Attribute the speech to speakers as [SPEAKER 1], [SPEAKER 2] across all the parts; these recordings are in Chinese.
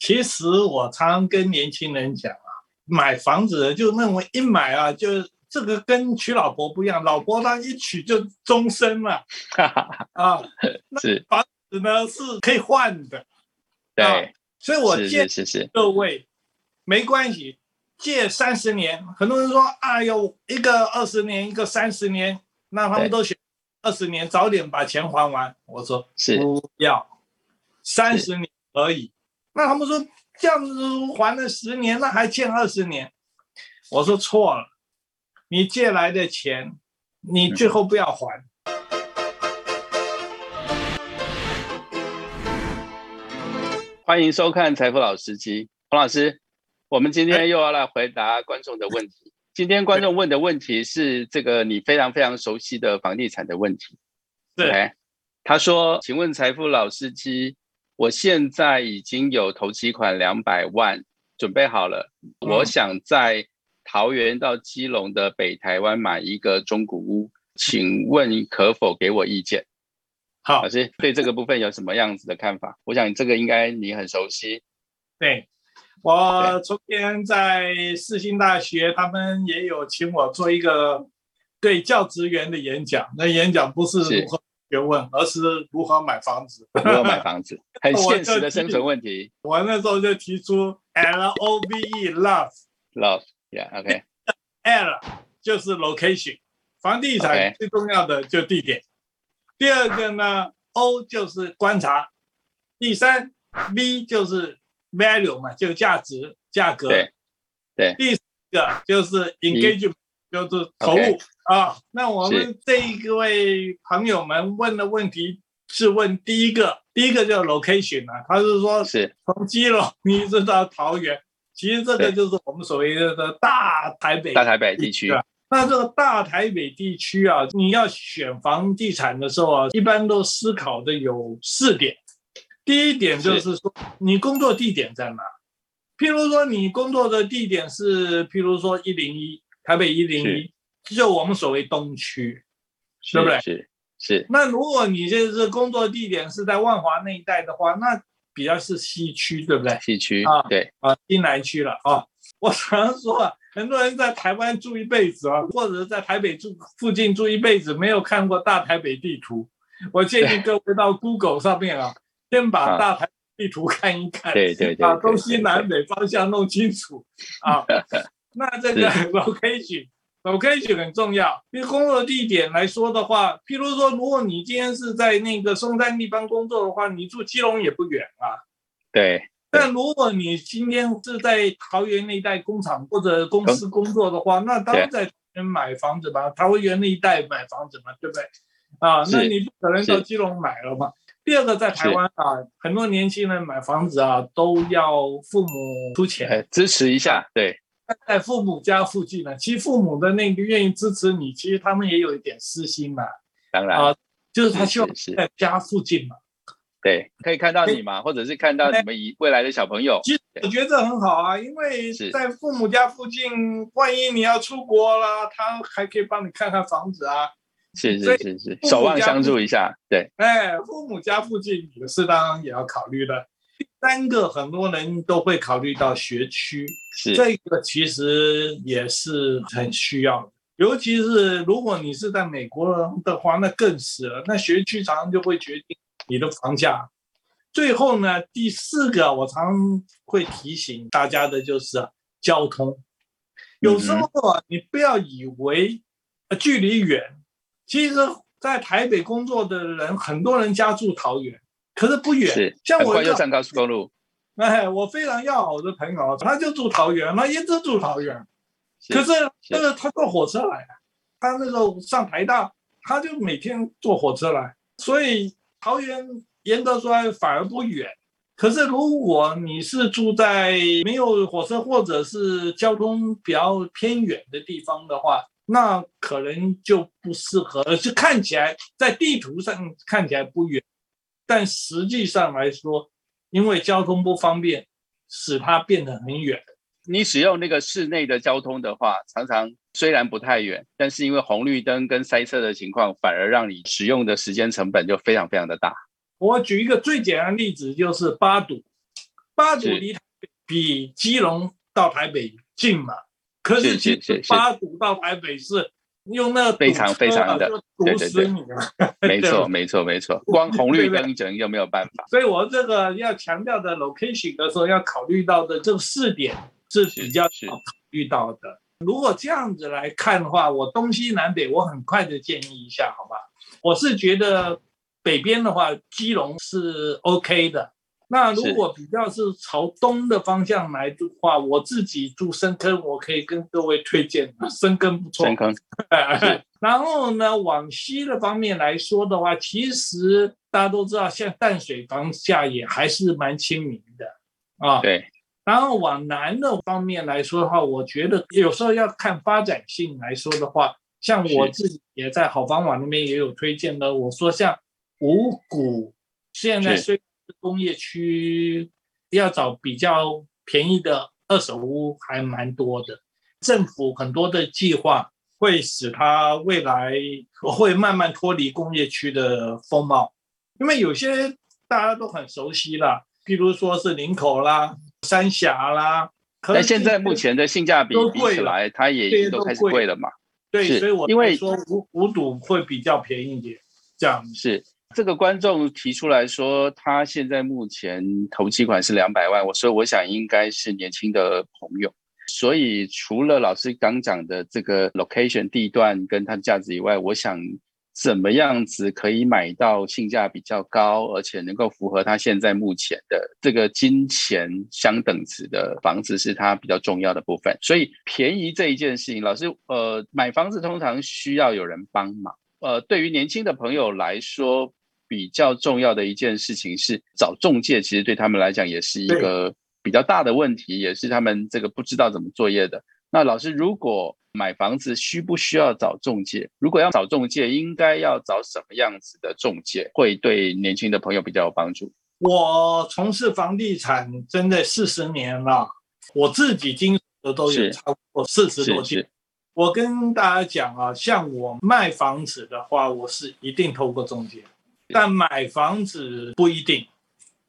[SPEAKER 1] 其实我常跟年轻人讲啊，买房子就认为一买啊，就这个跟娶老婆不一样，老婆她一娶就终身嘛，
[SPEAKER 2] 哈哈，
[SPEAKER 1] 啊，那
[SPEAKER 2] 是
[SPEAKER 1] 房子呢是可以换的，啊
[SPEAKER 2] 对，
[SPEAKER 1] 所以我
[SPEAKER 2] 是
[SPEAKER 1] 建
[SPEAKER 2] 是是是，
[SPEAKER 1] 各位，没关系，借三十年，很多人说，哎呦，一个二十年，一个三十年，那他
[SPEAKER 2] 对
[SPEAKER 1] 们都选二十年，早点把钱还完。我说
[SPEAKER 2] 是
[SPEAKER 1] 不要，三十年而已。那他们说这样子还了十年，那还欠二十年。我说错了，你借来的钱，你最后不要还。
[SPEAKER 2] 欢迎收看《财富老司机》，洪老师，我们今
[SPEAKER 1] 哎
[SPEAKER 2] 天又要来回答观众的问题。今天观众问的问题是这个你非常非常熟悉的房地产的问题。
[SPEAKER 1] 对
[SPEAKER 2] OK，他说：“请问财富老司机，我现在已经有投期款两百万，准备好了，
[SPEAKER 1] 嗯
[SPEAKER 2] 我想在桃园到基隆的北台湾买一个中古屋，请问可否给我意见？”
[SPEAKER 1] 好
[SPEAKER 2] 老，师对这个部分有什么样子的看法？我想这个应该你很熟悉。
[SPEAKER 1] 对，我昨天在世新大学，他们也有请我做一个对教职员的演讲。那演讲不是
[SPEAKER 2] 是
[SPEAKER 1] 如何学问，而是如何买房子。
[SPEAKER 2] 如何买房 子，很
[SPEAKER 1] 我
[SPEAKER 2] 现实
[SPEAKER 1] 就
[SPEAKER 2] 的生
[SPEAKER 1] 记
[SPEAKER 2] 存问题。
[SPEAKER 1] 我那时候就提出 L O V E love
[SPEAKER 2] Love, yeah, OK，
[SPEAKER 1] L 就是 location，房地产
[SPEAKER 2] OK
[SPEAKER 1] 最重要的就地点。第二个呢，O 就是观察，第三 V 就是 value 嘛，就价值、价格。
[SPEAKER 2] 对对
[SPEAKER 1] 第四个就是 engagement，就是投入
[SPEAKER 2] OK
[SPEAKER 1] 啊。那我
[SPEAKER 2] 是
[SPEAKER 1] 们这一位朋友们问的问题是问第一个，第一个叫 location 啊，他是说
[SPEAKER 2] 是
[SPEAKER 1] 从基隆一直到桃园，其实这
[SPEAKER 2] 对
[SPEAKER 1] 个就是我们所谓的大台北
[SPEAKER 2] 大台北地区
[SPEAKER 1] 对，啊那这个大台北地区啊，你要选房地产的时候啊，一般都思考的有四点。第一点就是说，你工作地点在哪？譬如说，你工作的地点是，譬如说一零一台北一零
[SPEAKER 2] 是
[SPEAKER 1] 一，就我们所谓东区。
[SPEAKER 2] 是
[SPEAKER 1] 对不对
[SPEAKER 2] 是是
[SPEAKER 1] 那如果你这是工作地点是在万华那一带的话，那比较是西区，对不对？
[SPEAKER 2] 西区
[SPEAKER 1] 啊，
[SPEAKER 2] 对
[SPEAKER 1] 啊，新南区了啊。我常说啊，很多人在台湾住一辈子啊，或者在台北住附近住一辈子，没有看过大台北地图。我建议各位到 Google 上面啊，先
[SPEAKER 2] 啊
[SPEAKER 1] 把大台北地图看一看，
[SPEAKER 2] 对对对
[SPEAKER 1] 把
[SPEAKER 2] 对
[SPEAKER 1] 东
[SPEAKER 2] 对
[SPEAKER 1] 西
[SPEAKER 2] 对
[SPEAKER 1] 南北方向弄清楚 啊。那这个 location。location 很重要，因为工作地点来说的话，譬如说，如果你今天是在那个松山地方工作的话，你住基隆也不远啊，
[SPEAKER 2] 对
[SPEAKER 1] 但如果你今天是在桃园那一带工厂或者公司工作的话，那当然在桃园买房子吧，桃园那一带买房子嘛，对不对？啊，
[SPEAKER 2] 是
[SPEAKER 1] 那你不可能到
[SPEAKER 2] 是
[SPEAKER 1] 基隆买了嘛。第二个，在台湾啊，很多年轻人买房子啊，都要父母出钱，
[SPEAKER 2] 呃，支持一下，对
[SPEAKER 1] 在父母家附近呢。其实父母的那个愿意支持你，其实他们也有一点私心嘛，
[SPEAKER 2] 当然
[SPEAKER 1] 啊，就是他
[SPEAKER 2] 是
[SPEAKER 1] 希望
[SPEAKER 2] 是
[SPEAKER 1] 在家附近嘛。
[SPEAKER 2] 对，可以看到你嘛，或者是看到你们以未来的小朋友，
[SPEAKER 1] 其实我觉得这很好啊，因为
[SPEAKER 2] 是
[SPEAKER 1] 在父母家附近，万一你要出国啦，他还可以帮你看看房子啊。
[SPEAKER 2] 是
[SPEAKER 1] 所
[SPEAKER 2] 是
[SPEAKER 1] 以
[SPEAKER 2] 是是，
[SPEAKER 1] 父母
[SPEAKER 2] 守望
[SPEAKER 1] 家
[SPEAKER 2] 相
[SPEAKER 1] 不
[SPEAKER 2] 助一下，对
[SPEAKER 1] 哎，父母家附近也是当然也要考虑的。第三个，很多人都会考虑到学区，
[SPEAKER 2] 是
[SPEAKER 1] 这个其实也是很需要的。尤其是如果你是在美国人的话，那更是了。那学区常常就会决定你的房价。最后呢，第四个我常会提醒大家的就是啊交通。有时
[SPEAKER 2] 嗯
[SPEAKER 1] 候啊，你不要以为呃距离远，其实在台北工作的人，很多人家住桃园，可是不远
[SPEAKER 2] 是。，
[SPEAKER 1] 像
[SPEAKER 2] 很
[SPEAKER 1] 我
[SPEAKER 2] 快
[SPEAKER 1] 一个
[SPEAKER 2] 就上高速公路，
[SPEAKER 1] 哎，我非常要好的朋友，他就住桃园，他一直住桃园。
[SPEAKER 2] 是
[SPEAKER 1] 可是那个他坐火车来，他那个上台大，他就每天坐火车来，所以桃园严格说来反而不远。可是如果你是住在没有火车或者是交通比较偏远的地方的话，那可能就不适合，而是看起来在地图上看起来不远，但实际上来说，因为交通不方便，使它变得很远。
[SPEAKER 2] 你使用那个室内的交通的话，常常虽然不太远，但是因为红绿灯跟塞车的情况，反而让你使用 的时间成本就非常非常的大。
[SPEAKER 1] 我举一个最简单的例子，就是八堵。八堵
[SPEAKER 2] 是
[SPEAKER 1] 离台北比基隆到台北近嘛，可是
[SPEAKER 2] 是是
[SPEAKER 1] 其
[SPEAKER 2] 是
[SPEAKER 1] 实
[SPEAKER 2] 是
[SPEAKER 1] 八堵到台北是用那个
[SPEAKER 2] 非常
[SPEAKER 1] 堵车
[SPEAKER 2] 非常
[SPEAKER 1] 啊
[SPEAKER 2] 的
[SPEAKER 1] 就
[SPEAKER 2] 对
[SPEAKER 1] 堵
[SPEAKER 2] 对
[SPEAKER 1] 死
[SPEAKER 2] 对
[SPEAKER 1] 你啊了。
[SPEAKER 2] 没
[SPEAKER 1] 对
[SPEAKER 2] 错，
[SPEAKER 1] 吧
[SPEAKER 2] 没错，没错，光红绿
[SPEAKER 1] 对不对
[SPEAKER 2] 灯整就没有办法。
[SPEAKER 1] 所以我这个要强调的 location 的时候，要考虑到的这四点是比较
[SPEAKER 2] 是是
[SPEAKER 1] 少考虑到的。如果这样子来看的话，我东西南北我很快的建议一下，好吧？我是觉得北边的话，基隆是 OK 的。那如果比较是朝东的方向来的话，我自己住深坑，我可以跟各位推荐深坑不错
[SPEAKER 2] 深。坑 是
[SPEAKER 1] 然后呢，往西的方面来说的话，其实大家都知道，现在淡水房价也还是蛮亲民的啊。
[SPEAKER 2] 对，
[SPEAKER 1] 然后往南的方面来说的话，我觉得有时候要看发展性来说的话，像我
[SPEAKER 2] 是
[SPEAKER 1] 自己也在好房网那边也有推荐的，我说像五股，现在
[SPEAKER 2] 是
[SPEAKER 1] 虽然是工业区要找比较便宜的二手屋还蛮多的，政府很多的计划会使它未来会慢慢脱离工业区的风貌，因为有些大家都很熟悉啦，譬如说是林口啦、三峡啦。可
[SPEAKER 2] 但
[SPEAKER 1] 是
[SPEAKER 2] 现在目前的性价比
[SPEAKER 1] 都
[SPEAKER 2] 比
[SPEAKER 1] 贵
[SPEAKER 2] 起
[SPEAKER 1] 了
[SPEAKER 2] 来，它也已
[SPEAKER 1] 这些
[SPEAKER 2] 经都
[SPEAKER 1] 都
[SPEAKER 2] 开始
[SPEAKER 1] 贵
[SPEAKER 2] 贵了嘛。
[SPEAKER 1] 对，
[SPEAKER 2] 是
[SPEAKER 1] 所以我
[SPEAKER 2] 因为
[SPEAKER 1] 才说无无赌会比较便宜一点，这样子
[SPEAKER 2] 是这个观众提出来说，他现在目前投期款是两百万，我所以我想应该是年轻的朋友。所以除了老师刚讲的这个 location 地段跟它的价值以外，我想怎么样子可以买到性价比较高，而且能够符合他现在目前的这个金钱相等值的房子，是他比较重要的部分。所以便宜这一件事情，老师呃，买房子通常需要有人帮忙。呃，对于年轻的朋友来说，比较重要的一件事情是找中介，其实对他们来讲也是一
[SPEAKER 1] 对
[SPEAKER 2] 个比较大的问题，也是他们这个不知道怎么作业的。那老师，如果买房子需不需要找中介？如果要找中介，应该要找什么样子的中介会对年轻的朋友比较有帮助？
[SPEAKER 1] 我从事房地产真的四十年了，我自己经手的都有
[SPEAKER 2] 是
[SPEAKER 1] 超过四十多
[SPEAKER 2] 是
[SPEAKER 1] 件
[SPEAKER 2] 是。
[SPEAKER 1] 我跟大家讲啊，像我卖房子的话，我是一定透过中介，但买房子不一定。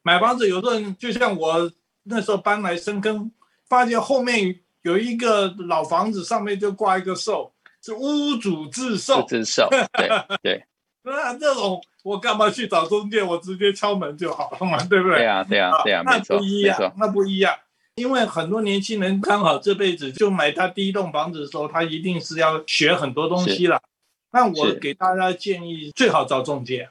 [SPEAKER 1] 买房子有的人就像我那时候搬来深坑，发现后面有一个老房子，上面就挂一个售，是屋主自售。
[SPEAKER 2] 自 售，对对
[SPEAKER 1] 那这种我干嘛去找中介？我直接敲门就好了嘛，对不对？
[SPEAKER 2] 对啊对啊对啊，
[SPEAKER 1] 那
[SPEAKER 2] 没错
[SPEAKER 1] 不一
[SPEAKER 2] 没
[SPEAKER 1] 样
[SPEAKER 2] 错，，
[SPEAKER 1] 那不一样。因为很多年轻人刚好这辈子就买他第一栋房子的时候，他一定是要学很多东西了。那我
[SPEAKER 2] 是
[SPEAKER 1] 给大家建议，最好找中介，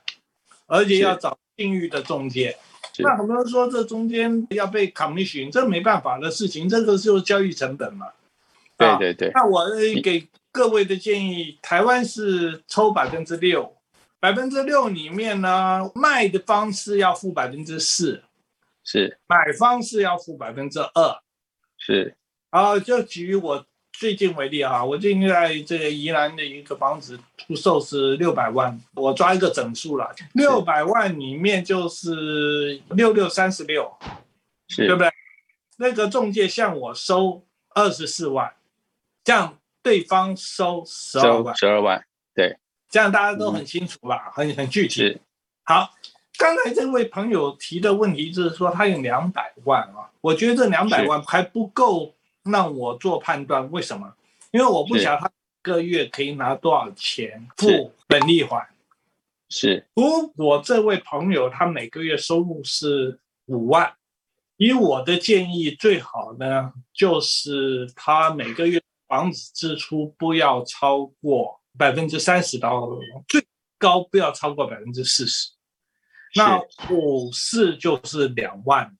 [SPEAKER 1] 而且
[SPEAKER 2] 是
[SPEAKER 1] 要找信誉的中介。
[SPEAKER 2] 是
[SPEAKER 1] 那很多人说这中间要被 commission，这没办法的事情，这个就是交易成本嘛。
[SPEAKER 2] 对
[SPEAKER 1] 啊
[SPEAKER 2] 对对，
[SPEAKER 1] 那我呃给各位的建议，台湾是抽百分之六，百分之六里面呢，卖的方是要付百分之四，
[SPEAKER 2] 是
[SPEAKER 1] 买方是要付百分之二。
[SPEAKER 2] 是
[SPEAKER 1] 啊，就举我最近为例啊，我最近在这个宜兰的一个房子出售是六百万，我抓一个整数了，六百万里面就是六六三十六，
[SPEAKER 2] 是
[SPEAKER 1] 对不对？那个中介向我收二十四万，这样对方收十二
[SPEAKER 2] 收
[SPEAKER 1] 万，
[SPEAKER 2] 十二万，
[SPEAKER 1] 这样大家都很清楚吧？很很具体。
[SPEAKER 2] 嗯是
[SPEAKER 1] 好，刚才这位朋友提的问题就是说他有两百万啊，我觉得这两百万还不够让我做判断，为什么？因为我不
[SPEAKER 2] 是
[SPEAKER 1] 晓得他一个月可以拿多少钱
[SPEAKER 2] 是
[SPEAKER 1] 付本利还。
[SPEAKER 2] 是
[SPEAKER 1] 如果这位朋友他每个月收入是五万，以我的建议，最好呢就是他每个月房子支出不要超过百分之三十到最高不要超过百分之四十。那
[SPEAKER 2] 是
[SPEAKER 1] 五四就是两万，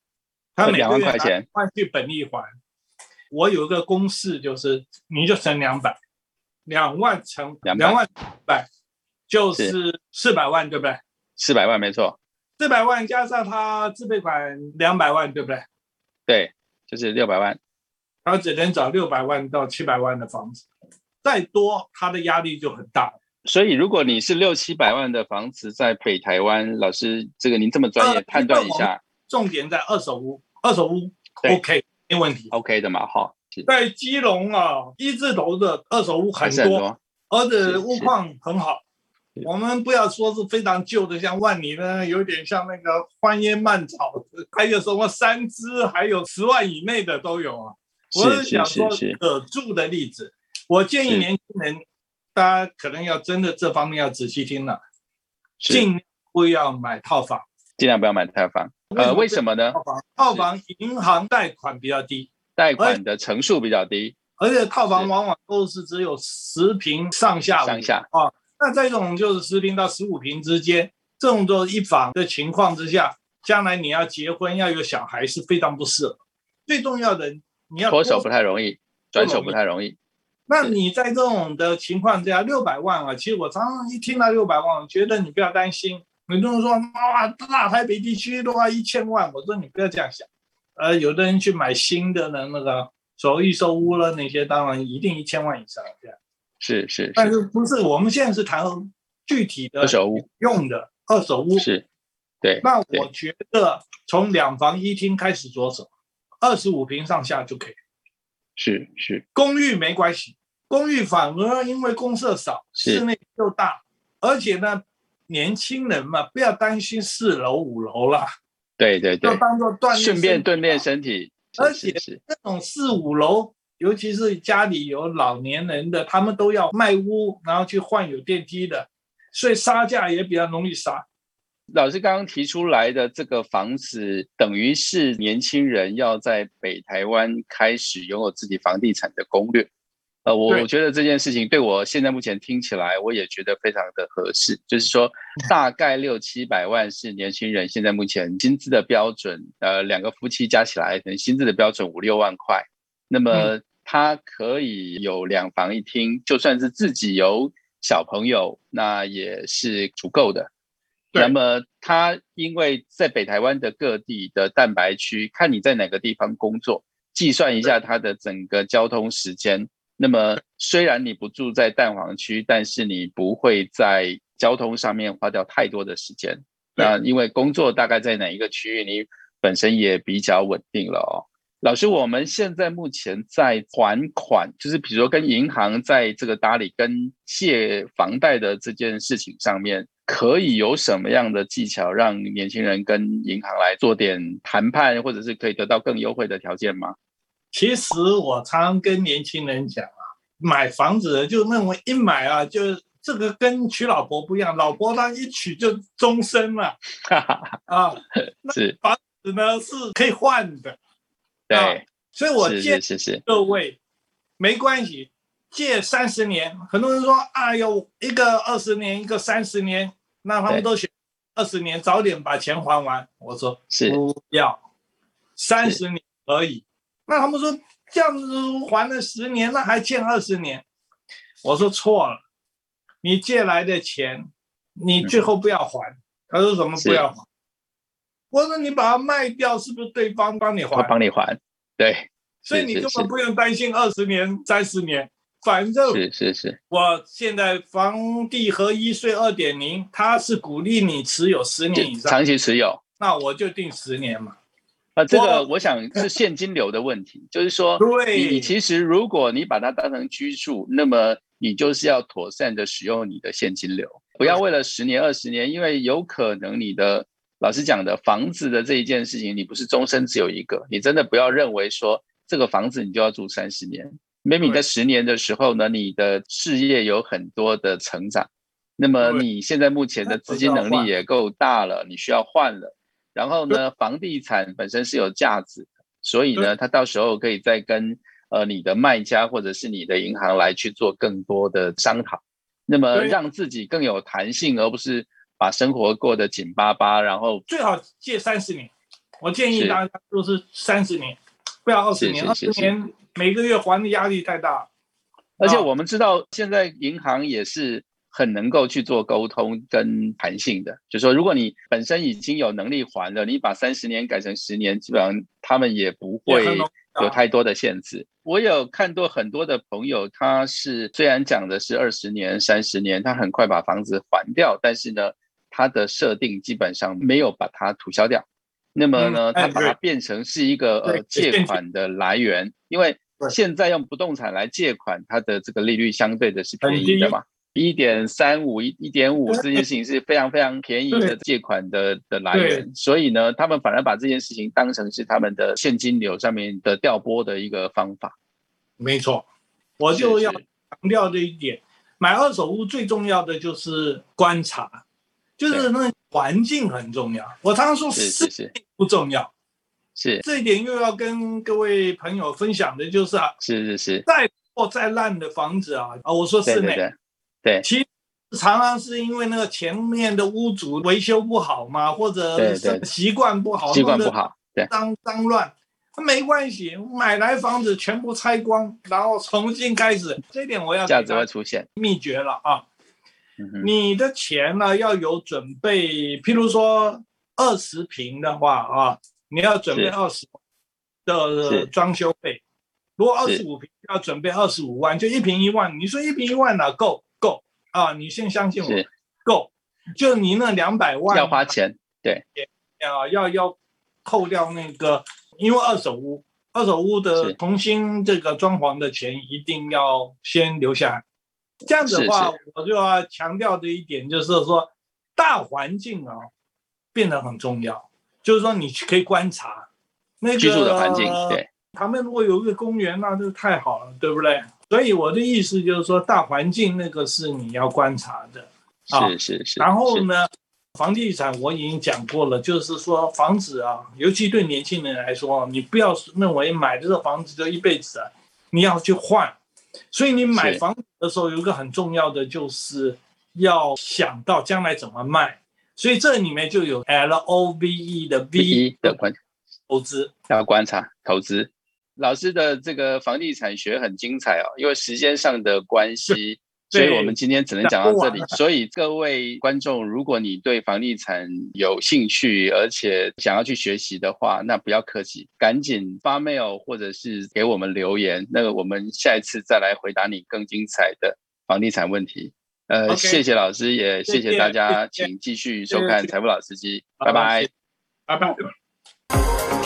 [SPEAKER 1] 他每个月
[SPEAKER 2] 两万块钱
[SPEAKER 1] 拿换去本利还。我有一个公式，就是你就乘两百，两万乘
[SPEAKER 2] 200
[SPEAKER 1] 两万百就是四百万，对不对？
[SPEAKER 2] 四百万，没错，
[SPEAKER 1] 四百万加上他自备款两百万，对不对？
[SPEAKER 2] 对，就是六百万，
[SPEAKER 1] 他只能找六百万到七百万的房子，再多他的压力就很大了。
[SPEAKER 2] 所以，如果你是六七百万的房子在北台湾，老师，这个您这么专业，
[SPEAKER 1] 呃
[SPEAKER 2] 判断一下
[SPEAKER 1] 重点在二手屋，二手屋
[SPEAKER 2] 对
[SPEAKER 1] OK 没问题。
[SPEAKER 2] ，OK 的嘛？哈，是
[SPEAKER 1] 在基隆啊，一字头的二手屋很
[SPEAKER 2] 还是很
[SPEAKER 1] 多，
[SPEAKER 2] 多，
[SPEAKER 1] 而
[SPEAKER 2] 是
[SPEAKER 1] 且物况很好。我们不要说是非常旧的，像万里呢，有点像那个荒烟蔓草，还有什么三只，还有十万以内的都有啊。我
[SPEAKER 2] 是
[SPEAKER 1] 想
[SPEAKER 2] 是
[SPEAKER 1] 说
[SPEAKER 2] 是是，
[SPEAKER 1] 可住的例子，我建议
[SPEAKER 2] 是
[SPEAKER 1] 年轻人，大家可能要真的这方面要仔细听了，
[SPEAKER 2] 是
[SPEAKER 1] 尽量不要买套房。
[SPEAKER 2] 尽量不要买套房。呃，为什么呢？
[SPEAKER 1] 套房套房银行贷款比较低，
[SPEAKER 2] 贷款的成数比较低，
[SPEAKER 1] 而且套房
[SPEAKER 2] 是
[SPEAKER 1] 往往都是只有十平上下五
[SPEAKER 2] 上下
[SPEAKER 1] 啊。那这种就是十平到十五平之间，这种都是一房的情况之下，将来你要结婚要有小孩是非常不适合。最重要的，你要
[SPEAKER 2] 脱手
[SPEAKER 1] 多
[SPEAKER 2] 不太容易，转手不太容易。
[SPEAKER 1] 那你在这种的情况之下，六百万啊，其实我常常一听到六百万，我觉得你不要担心。很多人说哇，大台北地区的话一千万，我说你不要这样想。呃，有的人去买新的呢，那个所谓预售屋了那些，当然一定一千万以上这样。
[SPEAKER 2] 是是
[SPEAKER 1] 但
[SPEAKER 2] 是，
[SPEAKER 1] 是不是我们现在是谈具体的
[SPEAKER 2] 二手屋
[SPEAKER 1] 用的二手屋？
[SPEAKER 2] 是，对，
[SPEAKER 1] 那
[SPEAKER 2] 对
[SPEAKER 1] 我觉得从两房一厅开始着手，二十五平上下就可以。
[SPEAKER 2] 是是
[SPEAKER 1] 公寓没关系，公寓反而因为公社少，
[SPEAKER 2] 是
[SPEAKER 1] 室内又大，而且呢，年轻人嘛，不要担心四楼五楼啦，
[SPEAKER 2] 对对
[SPEAKER 1] 要
[SPEAKER 2] 对，
[SPEAKER 1] 当做锻炼身体啊。
[SPEAKER 2] 顺便锻炼身体。
[SPEAKER 1] 而
[SPEAKER 2] 是
[SPEAKER 1] 且
[SPEAKER 2] 是是
[SPEAKER 1] 那种四五楼，尤其是家里有老年人的，他们都要卖屋，然后去换有电梯的，所以杀价也比较容易杀。
[SPEAKER 2] 老师刚刚提出来的这个房子，等于是年轻人要在北台湾开始拥有自己房地产的攻略。呃，我
[SPEAKER 1] 对
[SPEAKER 2] 我觉得这件事情对我现在目前听起来，我也觉得非常的合适。就是说，大概六七百万是年轻人现在目前薪资的标准，呃，两个夫妻加起来可能薪资的标准五六万块。那么他可以有两房一厅，就算是自己有小朋友，那也是足够的。
[SPEAKER 1] 对
[SPEAKER 2] 那么他因为在北台湾的各地的蛋白区，看你在哪个地方工作，计算一下他的整个交通时间。那么虽然你不住在蛋黄区，但是你不会在交通上面花掉太多的时间。
[SPEAKER 1] 对
[SPEAKER 2] 那因为工作大概在哪一个区域，你本身也比较稳定了哦。老师，我们现在目前在还款，就是比如说跟银行在这个打理跟借房贷的这件事情上面，可以有什么样的技巧让年轻人跟银行来做点谈判，或者是可以得到更优惠的条件吗？
[SPEAKER 1] 其实我常跟年轻人讲啊，买房子就认为一买啊，就这个跟娶老婆不一样，老婆她一娶就终身嘛
[SPEAKER 2] 哈哈，
[SPEAKER 1] 啊，
[SPEAKER 2] 是
[SPEAKER 1] 呢是可以换的。啊
[SPEAKER 2] 对，
[SPEAKER 1] 所以我
[SPEAKER 2] 是
[SPEAKER 1] 建
[SPEAKER 2] 是
[SPEAKER 1] 议
[SPEAKER 2] 是是，
[SPEAKER 1] 各位，没关系，借三十年。很多人说，哎呦，一个二十年，一个三十年，那他们
[SPEAKER 2] 对
[SPEAKER 1] 都选二十年，早点把钱还完。我说
[SPEAKER 2] 是
[SPEAKER 1] 不要，三十年而已。那他们说这样子还了十年，那还欠二十年。我说错了，你借来的钱，你最后不要还。他说什么不
[SPEAKER 2] 嗯是
[SPEAKER 1] 要还？我说你把它卖掉，是不是对方帮你
[SPEAKER 2] 会
[SPEAKER 1] 还？
[SPEAKER 2] 帮你还，对，
[SPEAKER 1] 所以
[SPEAKER 2] 是
[SPEAKER 1] 你
[SPEAKER 2] 是
[SPEAKER 1] 根
[SPEAKER 2] 是
[SPEAKER 1] 本不用担心二十年、三十年，反正
[SPEAKER 2] 是是是，
[SPEAKER 1] 我现在房地合一税二点零，它是鼓励你持有十年以
[SPEAKER 2] 就
[SPEAKER 1] 上，
[SPEAKER 2] 长期持有。
[SPEAKER 1] 那我就定十年嘛。
[SPEAKER 2] 啊，这
[SPEAKER 1] 哇
[SPEAKER 2] 个我想是现金流的问题，就是说，你
[SPEAKER 1] 对
[SPEAKER 2] 你，其实如果你把它当成居住，那么你就是要妥善的使用你的现金流，不要为了十年二十年，因为有可能你的老师讲的房子的这一件事情，你不是终身只有一个，你真的不要认为说这个房子你就要住三十年。maybe 你在十年的时候呢，你的事业有很多的成长，那么
[SPEAKER 1] 对
[SPEAKER 2] 你现在目前的资金能力也够大了，你需要换了。然后呢，房地产本身是有价值的，所以呢，它到时候可以再跟呃你的卖家或者是你的银行来去做更多的商讨，那么
[SPEAKER 1] 对
[SPEAKER 2] 让自己更有弹性，而不是把生活过得紧巴巴，然后
[SPEAKER 1] 最好借三十年。我建议
[SPEAKER 2] 是
[SPEAKER 1] 大家都是三十年，不要二十年。二
[SPEAKER 2] 是是
[SPEAKER 1] 十
[SPEAKER 2] 是是
[SPEAKER 1] 年每个月还的压力太大。
[SPEAKER 2] 而且
[SPEAKER 1] 啊
[SPEAKER 2] 我们知道，现在银行也是很能够去做沟通跟弹性的，就说如果你本身已经有能力还了，你把三十年改成十年，基本上他们也不
[SPEAKER 1] 也
[SPEAKER 2] 会
[SPEAKER 1] 很容易
[SPEAKER 2] 有
[SPEAKER 1] 啊
[SPEAKER 2] 太多的限制。我有看过很多的朋友，他是虽然讲的是二十年、三十年，他很快把房子还掉，但是呢，他的设定基本上没有把它吐销掉。那么呢，
[SPEAKER 1] 嗯
[SPEAKER 2] 他
[SPEAKER 1] 哎
[SPEAKER 2] 把它
[SPEAKER 1] 对
[SPEAKER 2] 变成是一个呃
[SPEAKER 1] 对现
[SPEAKER 2] 借
[SPEAKER 1] 金
[SPEAKER 2] 款的来源，因为
[SPEAKER 1] 对
[SPEAKER 2] 现在用不动产来借款，它的这个利率相对的是
[SPEAKER 1] 很
[SPEAKER 2] 便宜的
[SPEAKER 1] 低
[SPEAKER 2] 嘛，一点三五、一一点五这件事情是非常非常便宜的
[SPEAKER 1] 对
[SPEAKER 2] 借款的的来源，所以呢，他们反而把这件事情当成是他们的现金流上面的调拨的一个方法。
[SPEAKER 1] 没错，我就是要强调这一点。买二手屋最重要的就是观察，就是那环境很重要。我常常说
[SPEAKER 2] 是
[SPEAKER 1] 事
[SPEAKER 2] 是是
[SPEAKER 1] 不重要，
[SPEAKER 2] 是
[SPEAKER 1] 这一点又要跟各位朋友分享的就是啊，
[SPEAKER 2] 是是是，
[SPEAKER 1] 破再烂的房子啊，啊，我说
[SPEAKER 2] 对
[SPEAKER 1] 是
[SPEAKER 2] 对
[SPEAKER 1] 美，
[SPEAKER 2] 对对
[SPEAKER 1] 常常是因为那个前面的屋主维修不好嘛，或
[SPEAKER 2] 对
[SPEAKER 1] 者
[SPEAKER 2] 对
[SPEAKER 1] 是习惯不好，
[SPEAKER 2] 习惯
[SPEAKER 1] 弄
[SPEAKER 2] 不
[SPEAKER 1] 得
[SPEAKER 2] 好，对
[SPEAKER 1] 脏脏乱。没关系，买来房子全部拆光，然后重新开始，这一点我要
[SPEAKER 2] 价
[SPEAKER 1] 给
[SPEAKER 2] 值
[SPEAKER 1] 大
[SPEAKER 2] 会
[SPEAKER 1] 家
[SPEAKER 2] 出现。
[SPEAKER 1] 秘诀了啊！
[SPEAKER 2] 嗯哼，
[SPEAKER 1] 你的钱呢要有准备，譬如说二十平的话啊，你要准备
[SPEAKER 2] 是
[SPEAKER 1] 二十
[SPEAKER 2] 是
[SPEAKER 1] 的呃装修费。如果二
[SPEAKER 2] 是
[SPEAKER 1] 十五平要准备二十五万，就一平一万。你说一平一万哪够够啊？你先相信我
[SPEAKER 2] 是，
[SPEAKER 1] 够。就你那两百万
[SPEAKER 2] 要花钱，
[SPEAKER 1] 啊，要要扣掉那个，因为二手屋，二手屋
[SPEAKER 2] 是
[SPEAKER 1] 的重新这个装潢的钱一定要先留下来。这样子的话，
[SPEAKER 2] 是
[SPEAKER 1] 我就要强调的一点就是说，大环境啊变得很重要，就是说你去可以观察那个
[SPEAKER 2] 居住的环境，对，
[SPEAKER 1] 他们如果有一个公园，啊那就太好了，对不对？所以我的意思就是说，大环境那个是你要观察的。啊
[SPEAKER 2] 是是是。
[SPEAKER 1] 然后
[SPEAKER 2] 是
[SPEAKER 1] 呢，房地产我已经讲过了，就是说房子啊，尤其对年轻人来说，啊你不要认为买这个房子就一辈子啊，你要去换。所以你买
[SPEAKER 2] 是
[SPEAKER 1] 房子的时候，有一个很重要的就是要想到将来怎么卖。所以这里面就有 L O V E 的
[SPEAKER 2] 第
[SPEAKER 1] V
[SPEAKER 2] 一的观
[SPEAKER 1] 投资，
[SPEAKER 2] 要观察投资。老师的这个房地产学很精彩哦，因为时间上的 关系，所
[SPEAKER 1] 对
[SPEAKER 2] 以我们今天只能讲到这里
[SPEAKER 1] 讲不完。
[SPEAKER 2] 所以各位观众，如果你对房地产有兴趣，而且想要去学习的话，那不要客气，赶紧发 mail 或者是给我们留言，那个我们下一次再来回答你更精彩的房地产问题。呃
[SPEAKER 1] OK
[SPEAKER 2] 谢谢老师，也谢
[SPEAKER 1] 谢
[SPEAKER 2] 谢大
[SPEAKER 1] 谢
[SPEAKER 2] 家，
[SPEAKER 1] 谢谢
[SPEAKER 2] 请继续收看
[SPEAKER 1] 谢
[SPEAKER 2] 《
[SPEAKER 1] 谢
[SPEAKER 2] 财富老司机》，
[SPEAKER 1] 好
[SPEAKER 2] 拜拜。，
[SPEAKER 1] 拜拜。